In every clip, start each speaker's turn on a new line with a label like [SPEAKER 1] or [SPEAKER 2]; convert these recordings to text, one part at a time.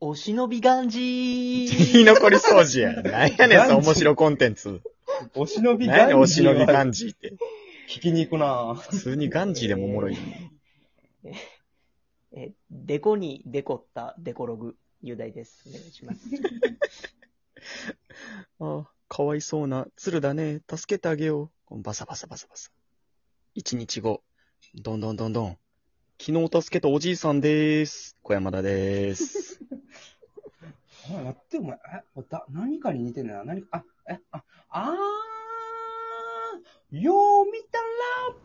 [SPEAKER 1] お忍びがんじ
[SPEAKER 2] 言い
[SPEAKER 1] ー。
[SPEAKER 2] 残り掃除や。なんやねん、その面白コンテンツ。
[SPEAKER 3] お忍び
[SPEAKER 2] なんや
[SPEAKER 3] ガ
[SPEAKER 2] ねん、
[SPEAKER 3] ン
[SPEAKER 2] お
[SPEAKER 3] ジー
[SPEAKER 2] 忍びガ
[SPEAKER 3] は
[SPEAKER 2] ンジーって。
[SPEAKER 3] 聞きに行くなぁ。
[SPEAKER 2] 普通にガンジーでもおもろいのに。
[SPEAKER 1] え、デコにデコったデコログ、雄大です。お願いします。
[SPEAKER 2] ああ、かわいそうな鶴だね。助けてあげよう。バサバサバサバサ。一日後。どんどんどんどん。昨日助けたおじいさんでーす。小山田でーす。
[SPEAKER 3] お前、待って、お前、え、おだ何かに似てんだよな。何か、あ、え、あ、あー、よう見たら、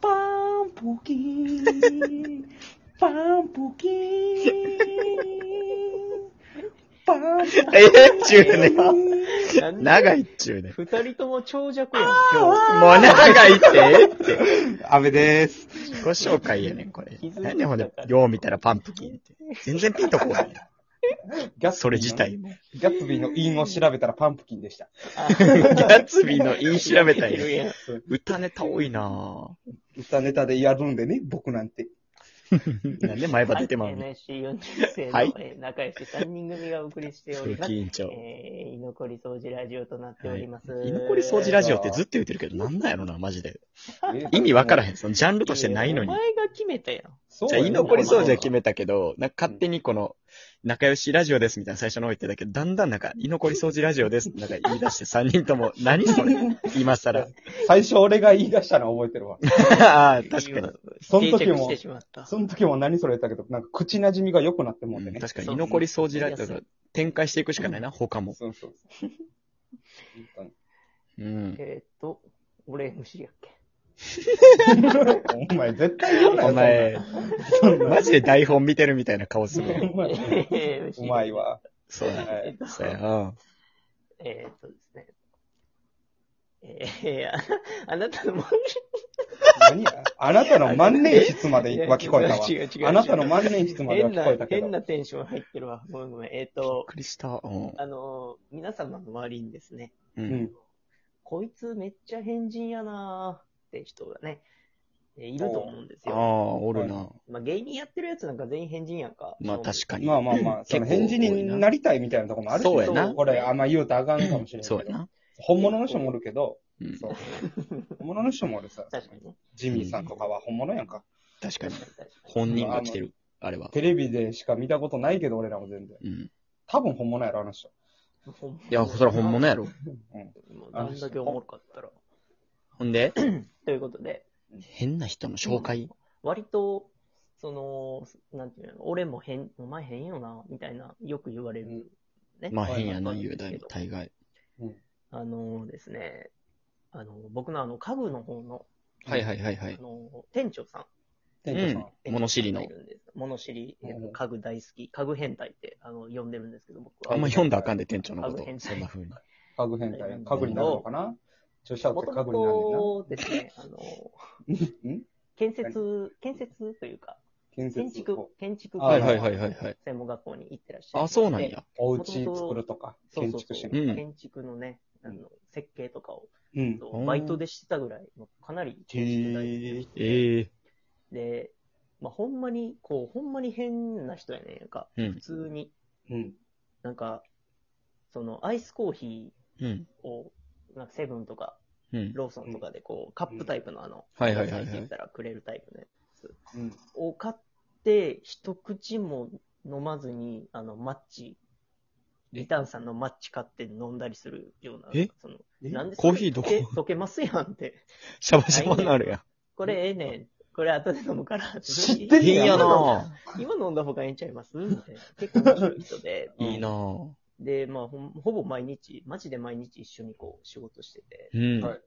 [SPEAKER 3] パンプ キン、パンプキン、パンプキン。
[SPEAKER 2] ええっちゅうね 長
[SPEAKER 1] い。
[SPEAKER 2] いっちゅうね。
[SPEAKER 1] 二人とも長尺やん、今
[SPEAKER 2] もう長いって、ええって。
[SPEAKER 3] アベです。
[SPEAKER 2] ご紹介やねん、これ
[SPEAKER 1] 気づい。てた
[SPEAKER 2] 何でほんで、よう見たらパンプキンって。全然ピンとこない。
[SPEAKER 3] ガ
[SPEAKER 2] それ自体
[SPEAKER 3] も。ガッツビーの因を調べたらパンプキンでした。
[SPEAKER 1] 日。
[SPEAKER 2] ガッツビーの言い調べたん
[SPEAKER 1] いる
[SPEAKER 2] や。
[SPEAKER 1] やん。
[SPEAKER 2] 歌ネタ多いな
[SPEAKER 3] 歌ネタでやるんでね、僕なんて。
[SPEAKER 2] ぁ。なんで前歯出てまう
[SPEAKER 1] はい
[SPEAKER 2] の
[SPEAKER 1] NSC40 世の、
[SPEAKER 2] はい
[SPEAKER 1] えー仲良し3人組がお送りしてお
[SPEAKER 2] 空
[SPEAKER 1] ります
[SPEAKER 2] 気。委員長。
[SPEAKER 1] えー、居残り掃除ラジオとなっております。
[SPEAKER 2] 居残り掃除ラ
[SPEAKER 3] ラ
[SPEAKER 2] ジオってずっと言ってるけど、なんなんやろな、マジで。
[SPEAKER 3] え
[SPEAKER 2] 意味わからへん。そのジャンルとしてないのに
[SPEAKER 1] お。前が決めたやん。
[SPEAKER 3] そう
[SPEAKER 2] じ
[SPEAKER 3] や
[SPEAKER 2] ゃあ、
[SPEAKER 3] ね
[SPEAKER 2] 居残り掃除は決めたけど、なんか勝手にこの、仲良しラジオですみたいな最初の方言ってたけど、だんだんなんか、居残り掃除ラジオですってなんか言い出して3人とも、何それ今 更。
[SPEAKER 3] 最初俺が言い出したの覚えてるわ。
[SPEAKER 2] ああ、確かに。
[SPEAKER 3] その時
[SPEAKER 1] 定着し
[SPEAKER 3] も
[SPEAKER 1] て、しまった。
[SPEAKER 3] その時も何それ言ったけど、なんか口馴染みが良くなってもんでね。
[SPEAKER 2] 確かに、居残り掃除ラジオが展開していくしかないな、他も。
[SPEAKER 3] そうそうそう。本
[SPEAKER 2] うん。
[SPEAKER 1] えーっと、俺 MC やっけ。
[SPEAKER 3] 当にお前絶対言うなよ、
[SPEAKER 2] お前、
[SPEAKER 3] そんな。
[SPEAKER 2] マジで台本見てるみたいな顔す
[SPEAKER 3] そん
[SPEAKER 2] る
[SPEAKER 3] な
[SPEAKER 2] よ。
[SPEAKER 3] お前うまい。わ。
[SPEAKER 2] そうや。
[SPEAKER 3] は
[SPEAKER 1] え
[SPEAKER 3] い
[SPEAKER 1] っと、
[SPEAKER 2] そうや。うん。
[SPEAKER 1] えーっとですね。えー、あなたの万
[SPEAKER 3] 何やあなたの万年筆までは聞こえたわ。
[SPEAKER 1] 違う違う違う。
[SPEAKER 3] あなたの万年筆までは
[SPEAKER 1] 変
[SPEAKER 3] 聞こえ
[SPEAKER 1] な
[SPEAKER 3] た、けど
[SPEAKER 1] 変。なテンション入ってるわ。ごめんごめん。えーっと
[SPEAKER 2] びっ、くりした。うん。
[SPEAKER 1] あのー、皆様の周りにですね、
[SPEAKER 2] う。
[SPEAKER 3] うんん。
[SPEAKER 1] こいつめっちゃ変人やなーって人がね、えいると思うんです
[SPEAKER 2] あ
[SPEAKER 1] よ。
[SPEAKER 2] あ、おるな。
[SPEAKER 1] まあ、芸人やってるやつなんか全員変人やんか。
[SPEAKER 2] まあ確かに。
[SPEAKER 3] まあまあまあ、その返事になりたいみたいなとこもあるし、
[SPEAKER 2] そうやな
[SPEAKER 3] これあんま言うとあかんかもしれんけ
[SPEAKER 2] そう
[SPEAKER 3] ど
[SPEAKER 2] や。な。
[SPEAKER 3] 本物の人もおるけど、
[SPEAKER 2] うん。
[SPEAKER 3] そう。本物の人もおるさ。
[SPEAKER 1] 確かにね。
[SPEAKER 3] ジミーさんとかは本物やんか。
[SPEAKER 2] 確か
[SPEAKER 1] 確か
[SPEAKER 2] に。
[SPEAKER 1] に確かに。
[SPEAKER 2] 本人が来てる。あれは。
[SPEAKER 3] テレビでしか見たことないけど、俺らも全然。
[SPEAKER 2] うん。
[SPEAKER 3] 多分本物やろ、あの人。
[SPEAKER 1] 本物
[SPEAKER 2] いや、それ本物やろ。
[SPEAKER 3] うん。
[SPEAKER 1] もうどんだけおもろかったら。
[SPEAKER 2] ほんで、
[SPEAKER 1] ということで、
[SPEAKER 2] 変な人の紹介。
[SPEAKER 1] 割と、その、なんていうの、俺も変、お前変よな、みたいな、よく言われる。ね。
[SPEAKER 2] まあ変やな、
[SPEAKER 1] はい
[SPEAKER 2] 雄大、大概。
[SPEAKER 1] あのですね、あの、僕のあの、家具の方の、
[SPEAKER 2] はいはいはいは
[SPEAKER 1] あ
[SPEAKER 2] い。
[SPEAKER 1] の、店長さん。
[SPEAKER 3] 店長さん。
[SPEAKER 2] 物知りの
[SPEAKER 1] 店長さんがいるんです。物知り
[SPEAKER 3] うん、
[SPEAKER 1] 家具大好き、家具変態って、あの、呼んでるんですけど、僕は。
[SPEAKER 2] あんま読んだらあかんで、店長のこと
[SPEAKER 1] あ変。態
[SPEAKER 2] そんな風に。
[SPEAKER 3] 家具変態。家具になるのかな著者って家具になる
[SPEAKER 1] もともとですね、あの、
[SPEAKER 3] ねんな。ん
[SPEAKER 1] 建設、建設というか、
[SPEAKER 3] 建設
[SPEAKER 1] 建築、建築
[SPEAKER 3] はいはい
[SPEAKER 2] はいはいはい
[SPEAKER 1] 専門学校に行ってらっしゃる。
[SPEAKER 2] あ、そうなん
[SPEAKER 1] で。
[SPEAKER 2] や。
[SPEAKER 3] お家作るとか、
[SPEAKER 1] そう
[SPEAKER 3] 建
[SPEAKER 1] そう
[SPEAKER 3] 築
[SPEAKER 1] そ
[SPEAKER 3] 士
[SPEAKER 1] う。
[SPEAKER 3] の。
[SPEAKER 2] うん
[SPEAKER 1] 建築のね、あの、設計とかを、
[SPEAKER 3] うん。
[SPEAKER 2] うん
[SPEAKER 1] バイトでしてたぐらい、かなり
[SPEAKER 3] へ
[SPEAKER 1] して
[SPEAKER 3] え。
[SPEAKER 1] たりして
[SPEAKER 2] ええ。
[SPEAKER 1] で、まあ、ほんまに、こう、ほんまに変な人やねんか。
[SPEAKER 2] うん
[SPEAKER 1] 普。通に、
[SPEAKER 3] うん。
[SPEAKER 1] なんか、その、アイスコーヒ
[SPEAKER 2] うん。
[SPEAKER 1] ーを、なんかセブンとか、
[SPEAKER 2] うん。
[SPEAKER 1] ローソンとかで、こう、カップタイプのあの、
[SPEAKER 2] はいはいは
[SPEAKER 1] 野菜っ
[SPEAKER 2] い
[SPEAKER 1] て
[SPEAKER 2] は
[SPEAKER 1] 言っ
[SPEAKER 2] い。
[SPEAKER 1] たらくれるタイプね。
[SPEAKER 3] うん。
[SPEAKER 1] を買って、一口も飲まずに、あの、マッチ、
[SPEAKER 2] え
[SPEAKER 1] リターンさんのマッチ買って飲んだりするような、
[SPEAKER 2] え
[SPEAKER 1] その、
[SPEAKER 3] え
[SPEAKER 1] なんで
[SPEAKER 2] コーヒーど
[SPEAKER 1] 溶
[SPEAKER 2] こ
[SPEAKER 1] け溶けますやんって。
[SPEAKER 2] シャバシャバになるやん。
[SPEAKER 1] これええねん。これ後で飲むから。
[SPEAKER 3] 知ってん
[SPEAKER 2] 変
[SPEAKER 3] ね
[SPEAKER 2] や
[SPEAKER 3] や
[SPEAKER 2] な
[SPEAKER 1] 今飲んだ方がええんちゃいますみたいな。結構面白い人で。
[SPEAKER 3] うん
[SPEAKER 2] いいなぁ。
[SPEAKER 1] で、まあほん、ほぼ毎日、マジで毎日一緒にこう、仕事してて。
[SPEAKER 2] うん。
[SPEAKER 3] はい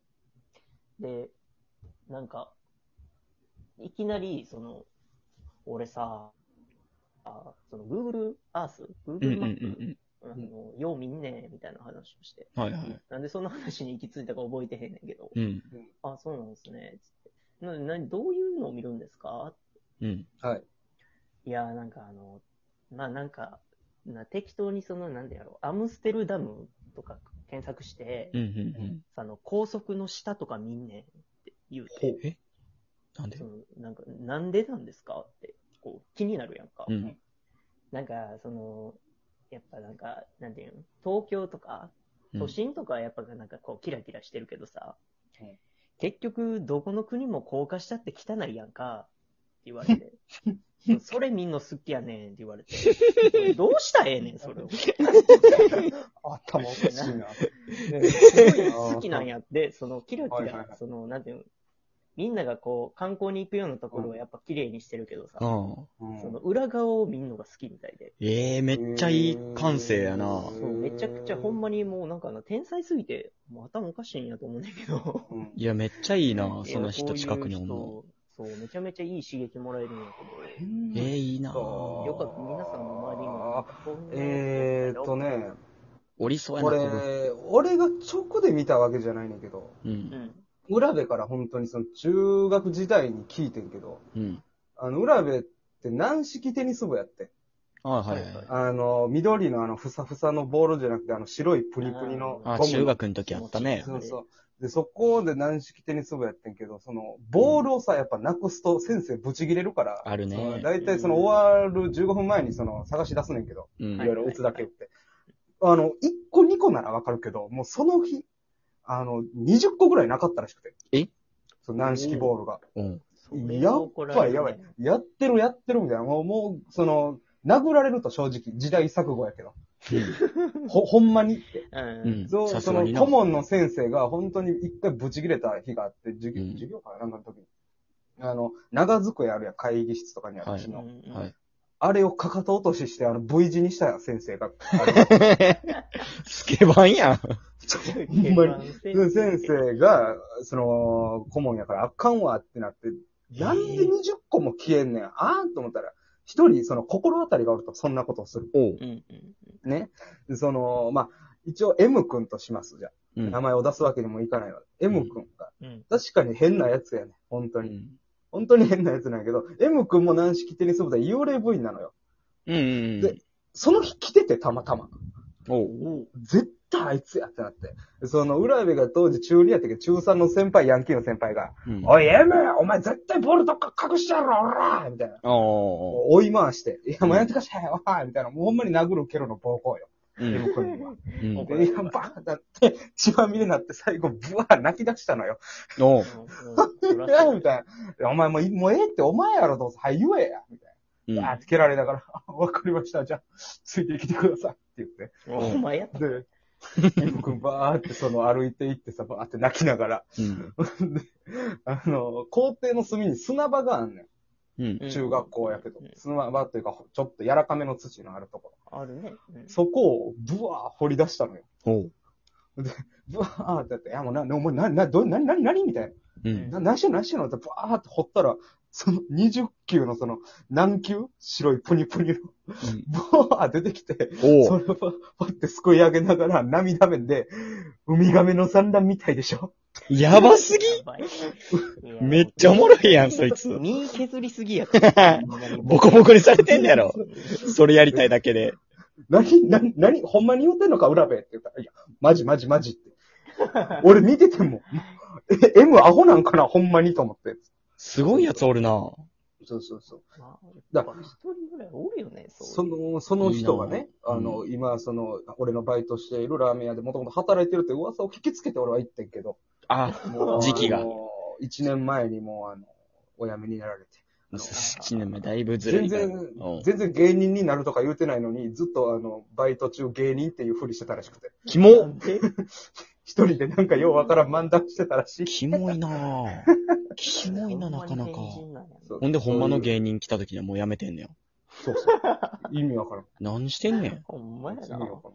[SPEAKER 1] で、なんか、いきなり、その、俺さ、あその Google Earth、
[SPEAKER 2] うんう
[SPEAKER 1] Google
[SPEAKER 2] ん
[SPEAKER 1] マ
[SPEAKER 2] う
[SPEAKER 1] ップ、
[SPEAKER 2] ん
[SPEAKER 1] あのよう見んねえみたいな話をして、
[SPEAKER 2] うん。はいはい。
[SPEAKER 1] なんでその話に行き着いたか覚えてへんねんけど、
[SPEAKER 2] うん。
[SPEAKER 1] あ、そうなんですね、つって。な、な、どういうのを見るんですか
[SPEAKER 2] うん。
[SPEAKER 3] はい。
[SPEAKER 1] いやー、なんかあの、まあなんか、な適当にその、なんでやろう、アムステルダムとか検索して、
[SPEAKER 2] うんうん
[SPEAKER 1] あの高速の下とか見んねんって言う
[SPEAKER 2] う
[SPEAKER 1] て
[SPEAKER 2] ん。、えなんで
[SPEAKER 1] そのなんか、なんでなんですかって、こう、気になるやんか。
[SPEAKER 2] うん。
[SPEAKER 1] なんか、その、やっぱなんか、なんていうの東京とか、都心とかはやっぱなんかこうキラキラしてるけどさ、
[SPEAKER 4] はい
[SPEAKER 1] 結局どこの国も高架下って汚いやんか、って言われて。そうそれみんな好きやねんって言われて。どうしたらええねん、それを。
[SPEAKER 3] 頭おかしいな。
[SPEAKER 1] すごい好きなんやって、そのキラキラ、
[SPEAKER 3] はいはいはい
[SPEAKER 1] その、なんていうのみんながこう観光に行くようなところはやっぱ綺麗にしてるけどさ、
[SPEAKER 2] うん。
[SPEAKER 3] うん
[SPEAKER 1] その裏側を見るのが好きみたいで。
[SPEAKER 2] ええめっちゃいい感性やな。
[SPEAKER 3] うん
[SPEAKER 1] そう、めちゃくちゃほんまにもうなんかな、天才すぎて、もう頭おかしいんやと思うねんだけど。
[SPEAKER 3] うん
[SPEAKER 2] いや、めっちゃいいな、
[SPEAKER 1] いや
[SPEAKER 2] その人近くに思う。
[SPEAKER 1] こういう人そう、めちゃめちゃいい刺激もらえるんやけ
[SPEAKER 3] 変
[SPEAKER 2] え
[SPEAKER 3] な
[SPEAKER 2] えいいな
[SPEAKER 3] そ
[SPEAKER 1] ど、
[SPEAKER 3] う
[SPEAKER 1] よかった、皆さんの周りも。
[SPEAKER 3] えーっとね、
[SPEAKER 2] おりそうや
[SPEAKER 3] こ
[SPEAKER 2] な、
[SPEAKER 3] れ
[SPEAKER 2] この。、
[SPEAKER 3] 俺が直で見たわけじゃないねんけど、
[SPEAKER 2] う。
[SPEAKER 1] うんん。
[SPEAKER 3] 浦部から本当にその中学時代に聞いてんけど、
[SPEAKER 2] うん。
[SPEAKER 3] あの、浦部って軟式テニス部やってん。
[SPEAKER 2] はいはいはい。
[SPEAKER 3] あの、緑のあの、ふさふさのボールじゃなくて、あの、白いプニプニのゴム
[SPEAKER 2] あ、
[SPEAKER 3] の
[SPEAKER 2] 中学の時あったね
[SPEAKER 1] そ。
[SPEAKER 3] そうそう。で、そこで軟式テニス部やってんけど、その、ボールをさ、やっぱなくすと先生ブチ切れるから、
[SPEAKER 2] ある
[SPEAKER 3] そう
[SPEAKER 2] ね。
[SPEAKER 3] 大体その終わる15分前にその探し出すねんけど、
[SPEAKER 2] う
[SPEAKER 3] い
[SPEAKER 2] ん。
[SPEAKER 3] ろいろ打つだけ打って。あの、1個2個ならわかるけど、もうその日、あの、20個ぐらいなかったらしくて。
[SPEAKER 2] え
[SPEAKER 3] その軟式ボールが。
[SPEAKER 2] うん。
[SPEAKER 3] やっぱりやばい。やってるやってるみたいな。もう、もう、その、殴られると正直、時代錯誤やけど。ほ、 ほんまにって。
[SPEAKER 1] うん。
[SPEAKER 2] う
[SPEAKER 1] うん。
[SPEAKER 2] ん。
[SPEAKER 3] そう、
[SPEAKER 2] さす
[SPEAKER 3] そ
[SPEAKER 2] が
[SPEAKER 3] の
[SPEAKER 2] にな
[SPEAKER 3] 顧。問の先生が本当に一回ブチ切れた日があって、授業、
[SPEAKER 2] うん
[SPEAKER 3] 授業かななんかの時に。あの、長机あるやん、会議室とかにある
[SPEAKER 2] はい
[SPEAKER 3] 木の。
[SPEAKER 2] はい。
[SPEAKER 3] あれをかかと落としして、あの、V 字にしたやん、先生が。あ の
[SPEAKER 2] スケバンやん。
[SPEAKER 3] ほんまで先生が、その、顧問やからあかんわってなって、なんで20個も消えんねん、あーんと思ったら、一人、その、心当たりがおると、そんなことをする。
[SPEAKER 2] おう。
[SPEAKER 1] うん。
[SPEAKER 3] ね。その、まあ、一応 M 君とします、じゃあ。
[SPEAKER 2] うん
[SPEAKER 3] 名。前を出すわけにもいかないわ。M 君が。
[SPEAKER 1] うん。うん。
[SPEAKER 3] 確かに変なやつやね。本当
[SPEAKER 2] う
[SPEAKER 3] に。
[SPEAKER 2] ん
[SPEAKER 3] 本当に変なやつなんやけど、M 君も軟式テニス部で幽霊部員なのよ。
[SPEAKER 2] うんうんうん
[SPEAKER 3] で。その日来てて、たまたま。
[SPEAKER 2] おう。
[SPEAKER 1] おう
[SPEAKER 3] 絶対あいつやってなって。その、浦部が当時中2やったけど、中3の先輩、ヤンキーの先輩が、
[SPEAKER 2] うん。
[SPEAKER 3] おい、M! お前絶対ボールどっか隠してやろ、おらみたいな。
[SPEAKER 2] お
[SPEAKER 3] 追い回して、いや、もうやってかして、おらみたいな。もうほんまに殴る蹴るの暴行よ。
[SPEAKER 2] う。う
[SPEAKER 3] M
[SPEAKER 2] ん。
[SPEAKER 3] 君には。
[SPEAKER 2] うん。
[SPEAKER 3] で、いや、バーンだって、血まみれになって最後、ブワー泣き出したのよ。
[SPEAKER 2] おう。
[SPEAKER 1] うん
[SPEAKER 3] いや、みたいな。お前もうい、もうええって、お前やろ、どうせ。はい、言えや。みたい
[SPEAKER 2] うん
[SPEAKER 3] な。あーって蹴られたから、 あわかりました。じゃあ、ついてきてください。って言って。
[SPEAKER 1] お前やった。
[SPEAKER 3] で、僕バーってその歩いていってさ、バーって泣きながら、
[SPEAKER 2] うん。
[SPEAKER 3] あの、校庭の隅に砂場があんね
[SPEAKER 2] うん。
[SPEAKER 3] ん。中学校やけど
[SPEAKER 1] うん。
[SPEAKER 3] 砂場というか、ちょっと柔らかめの土のあるとこ
[SPEAKER 1] あるね。うん
[SPEAKER 3] ろ。そこをブワー掘り出したのよ。
[SPEAKER 2] おう。
[SPEAKER 3] ブワーってやって、いやもうな、お前な、な、ど、な、な、なにみたい
[SPEAKER 2] うん。
[SPEAKER 3] な。な、何してんの何してんのってバーって掘ったら、その20球のその、何球白いプニプニの、ブワー出てきて、
[SPEAKER 2] お。
[SPEAKER 3] そうれをパってすくい上げながら涙目で、ウミガメの産卵みたいでしょ
[SPEAKER 2] やばすぎ
[SPEAKER 1] やばい
[SPEAKER 2] めっちゃおもろいやん、そいつ。
[SPEAKER 1] 身削りすぎやから。
[SPEAKER 2] ボコボコにされてんだやろ。それやりたいだけで。
[SPEAKER 3] 何、何、何、ほんまに言ってんのか、浦部って言ったら、いや、マジマジマジって。俺見てても、え、M アホなんかな、ほんまにと思って。
[SPEAKER 2] すごいやつおるな。
[SPEAKER 3] そうそうそう。
[SPEAKER 1] まあ、や
[SPEAKER 3] だ
[SPEAKER 1] っぱ一人ぐらいおるよね、そういう
[SPEAKER 3] その、その人が
[SPEAKER 2] いい
[SPEAKER 3] ね、
[SPEAKER 2] な
[SPEAKER 3] あの、今、その、俺のバイトしているラーメン屋でもともと働いてるって噂を聞きつけて俺は行ってんけど、
[SPEAKER 2] あ、
[SPEAKER 3] も う
[SPEAKER 2] 時期が
[SPEAKER 3] あの一年前にもう、あの、お辞めになられて。あの
[SPEAKER 2] 7年前だいぶずる
[SPEAKER 3] 全
[SPEAKER 2] いから。
[SPEAKER 3] 然
[SPEAKER 2] おう、
[SPEAKER 3] 全然芸人になるとか言うてないのに、ずっとあの、バイト中芸人っていうふりしてたらしくて。
[SPEAKER 2] キ
[SPEAKER 1] な
[SPEAKER 2] モ
[SPEAKER 1] んで
[SPEAKER 3] 一人でなんかようわからん漫談してたらしい。
[SPEAKER 2] キモいなぁ。キモいな、なかな
[SPEAKER 1] ほんま
[SPEAKER 2] か。
[SPEAKER 1] に変人なんやね
[SPEAKER 3] そう
[SPEAKER 2] ほんで、ほんまの
[SPEAKER 3] そういう
[SPEAKER 2] 芸人来た時にはもうやめてんねや。
[SPEAKER 3] そうそう。意 味わからん。
[SPEAKER 2] 何してんねん。
[SPEAKER 1] ほんまや
[SPEAKER 3] 意味
[SPEAKER 1] な。
[SPEAKER 3] わから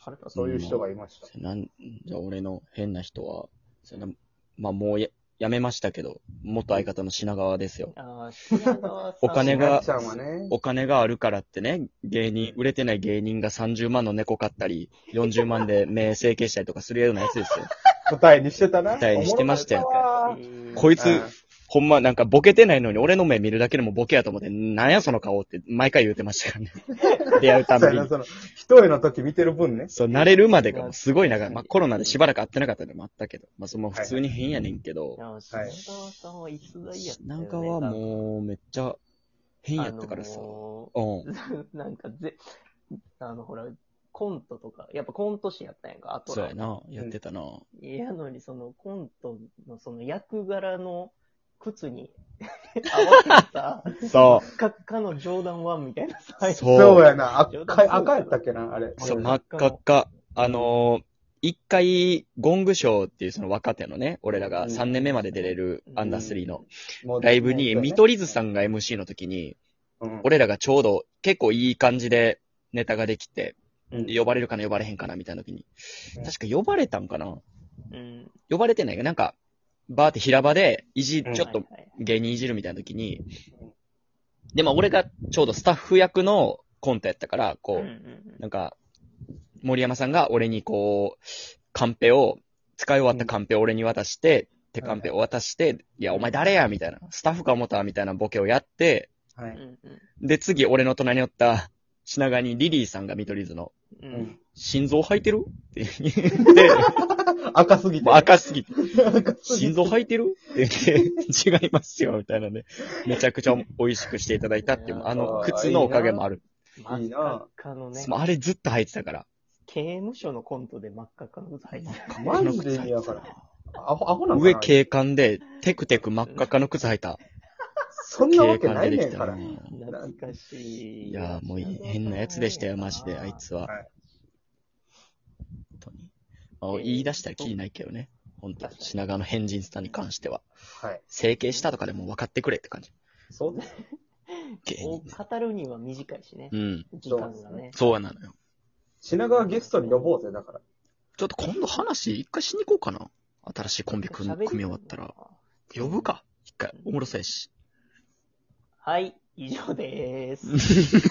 [SPEAKER 1] 腹立
[SPEAKER 3] ん。そういう人がいました。
[SPEAKER 2] なん、じゃあ俺の変な人は、そのまあもうや、やめましたけど、元相方の品川ですよ。
[SPEAKER 1] つあー品川さん
[SPEAKER 2] お金
[SPEAKER 3] な
[SPEAKER 2] が
[SPEAKER 3] っちゃんはね、
[SPEAKER 2] お金があるからってね、芸人、売れてない芸人が30万の猫買ったり、40万で目整形したりとかするようなやつですよ。
[SPEAKER 3] 答えにしてたな。
[SPEAKER 2] 答えにしてましたよ
[SPEAKER 3] おもろかったわ
[SPEAKER 2] こい
[SPEAKER 3] うん
[SPEAKER 2] つ、ほんまなんかボケてないのに俺の目見るだけでもボケやと思って、なんやその顔って毎回言うてましたからね。出会うたん
[SPEAKER 3] そう
[SPEAKER 2] び
[SPEAKER 3] や
[SPEAKER 2] に。
[SPEAKER 3] な、その、一重の時見てる分ね。
[SPEAKER 2] そう、慣れるまでがもうすごい長い。まあコロナでしばらく会ってなかったのもあったけど、まあその普通に変やねんけど、
[SPEAKER 1] あー品川さんは逸材やったよね。
[SPEAKER 2] なんかはもうめっちゃ変やったからさ。
[SPEAKER 1] あの
[SPEAKER 2] うん。
[SPEAKER 1] ー なんかぜ、あの、ほら、コントとか、やっぱコント師やったやんか、あと
[SPEAKER 2] そうやな。やってたな。
[SPEAKER 1] やのに、そのコントのその役柄の靴に 合わせた
[SPEAKER 2] そ
[SPEAKER 1] かっかの冗談はみたいなさ。
[SPEAKER 2] そう
[SPEAKER 3] そうやな。赤
[SPEAKER 1] 冗談そう
[SPEAKER 3] い、赤やったっけな、あれ。
[SPEAKER 2] そう、
[SPEAKER 1] 俺
[SPEAKER 2] 真っ赤っか。あのー一回、ゴングショーっていうその若手のね、俺らが3年目まで出れる
[SPEAKER 1] うん
[SPEAKER 2] アンダー3の
[SPEAKER 3] もう
[SPEAKER 2] ライブに、
[SPEAKER 3] もう
[SPEAKER 2] 見取り図さんが MC の時に、
[SPEAKER 3] うん
[SPEAKER 2] 俺らがちょうど結構いい感じでネタができて、
[SPEAKER 3] うん
[SPEAKER 2] 呼ばれるかな呼ばれへんかなみたいな時に
[SPEAKER 3] うん、
[SPEAKER 2] 確か呼ばれたんかな
[SPEAKER 1] うん。
[SPEAKER 2] 呼ばれてないかなんか、バーって平場で、いじ、
[SPEAKER 3] うん
[SPEAKER 2] ちょっと
[SPEAKER 1] はいはい
[SPEAKER 2] 芸人いじるみたいな時に
[SPEAKER 3] うん、
[SPEAKER 2] で、まあ俺がちょうどスタッフ役のコントやったから、こう、
[SPEAKER 1] うんうん
[SPEAKER 2] なんか、森山さんが俺にこう、カンペを、使い終わったカンペを俺に渡して、手カンペを渡して、いや、お前誰やみたいな、スタッフか思ったみたいなボケをやって、
[SPEAKER 3] は
[SPEAKER 1] うん
[SPEAKER 3] い。
[SPEAKER 2] で、次俺の隣におった品川にリリーさんが見取り図の、
[SPEAKER 1] うん
[SPEAKER 3] う
[SPEAKER 1] うんん。
[SPEAKER 2] 心臓吐いてるって言って、
[SPEAKER 3] 赤すぎて。
[SPEAKER 2] もう赤すぎて、
[SPEAKER 3] 赤す
[SPEAKER 2] 心
[SPEAKER 3] ぎて。
[SPEAKER 2] 臓吐いてるって言って、違いますよ、みたいなんで、めちゃくちゃ美味しくしていただいたっていう、あの靴のおかげもある。
[SPEAKER 1] 真
[SPEAKER 3] いい
[SPEAKER 1] っ
[SPEAKER 3] な
[SPEAKER 1] 赤っかのね、
[SPEAKER 2] もうあれずっと履いてたから。
[SPEAKER 1] 刑務所のコントで真っ赤っかの靴入ってた。
[SPEAKER 3] マジで意味わからん。アホ、アホなんかな
[SPEAKER 2] 上警官で、テクテク真っ赤っかの靴履いた
[SPEAKER 3] そんな
[SPEAKER 2] 警
[SPEAKER 3] わけ
[SPEAKER 2] 官
[SPEAKER 3] な
[SPEAKER 2] 出
[SPEAKER 3] い
[SPEAKER 2] てき
[SPEAKER 3] ねん
[SPEAKER 2] た
[SPEAKER 3] か
[SPEAKER 2] な
[SPEAKER 3] ら。
[SPEAKER 1] 懐かしい。
[SPEAKER 2] いやーもう変なやつでしたよ、マジで、あいつは。
[SPEAKER 3] はい
[SPEAKER 2] 本当に。まあ、言い出したらきりないけどね。本当
[SPEAKER 1] 確かに
[SPEAKER 2] 品川の変人さに関しては。
[SPEAKER 3] はい。
[SPEAKER 2] 整形したとかでもう分かってくれって感じ。
[SPEAKER 3] そうです。
[SPEAKER 2] 芸
[SPEAKER 1] お
[SPEAKER 2] 人ね。
[SPEAKER 1] 語るには短いしね
[SPEAKER 2] う、ん。
[SPEAKER 1] 時間がね。
[SPEAKER 2] そうなのよ。
[SPEAKER 3] 品川ゲストに呼ぼうぜ、だから。
[SPEAKER 2] ちょっと今度話一回しに行こうかな。新しいコンビ組み
[SPEAKER 1] 喋り
[SPEAKER 2] 組み終わったら。呼ぶか。一回。おもろそうやし。
[SPEAKER 1] はい、以上でーす。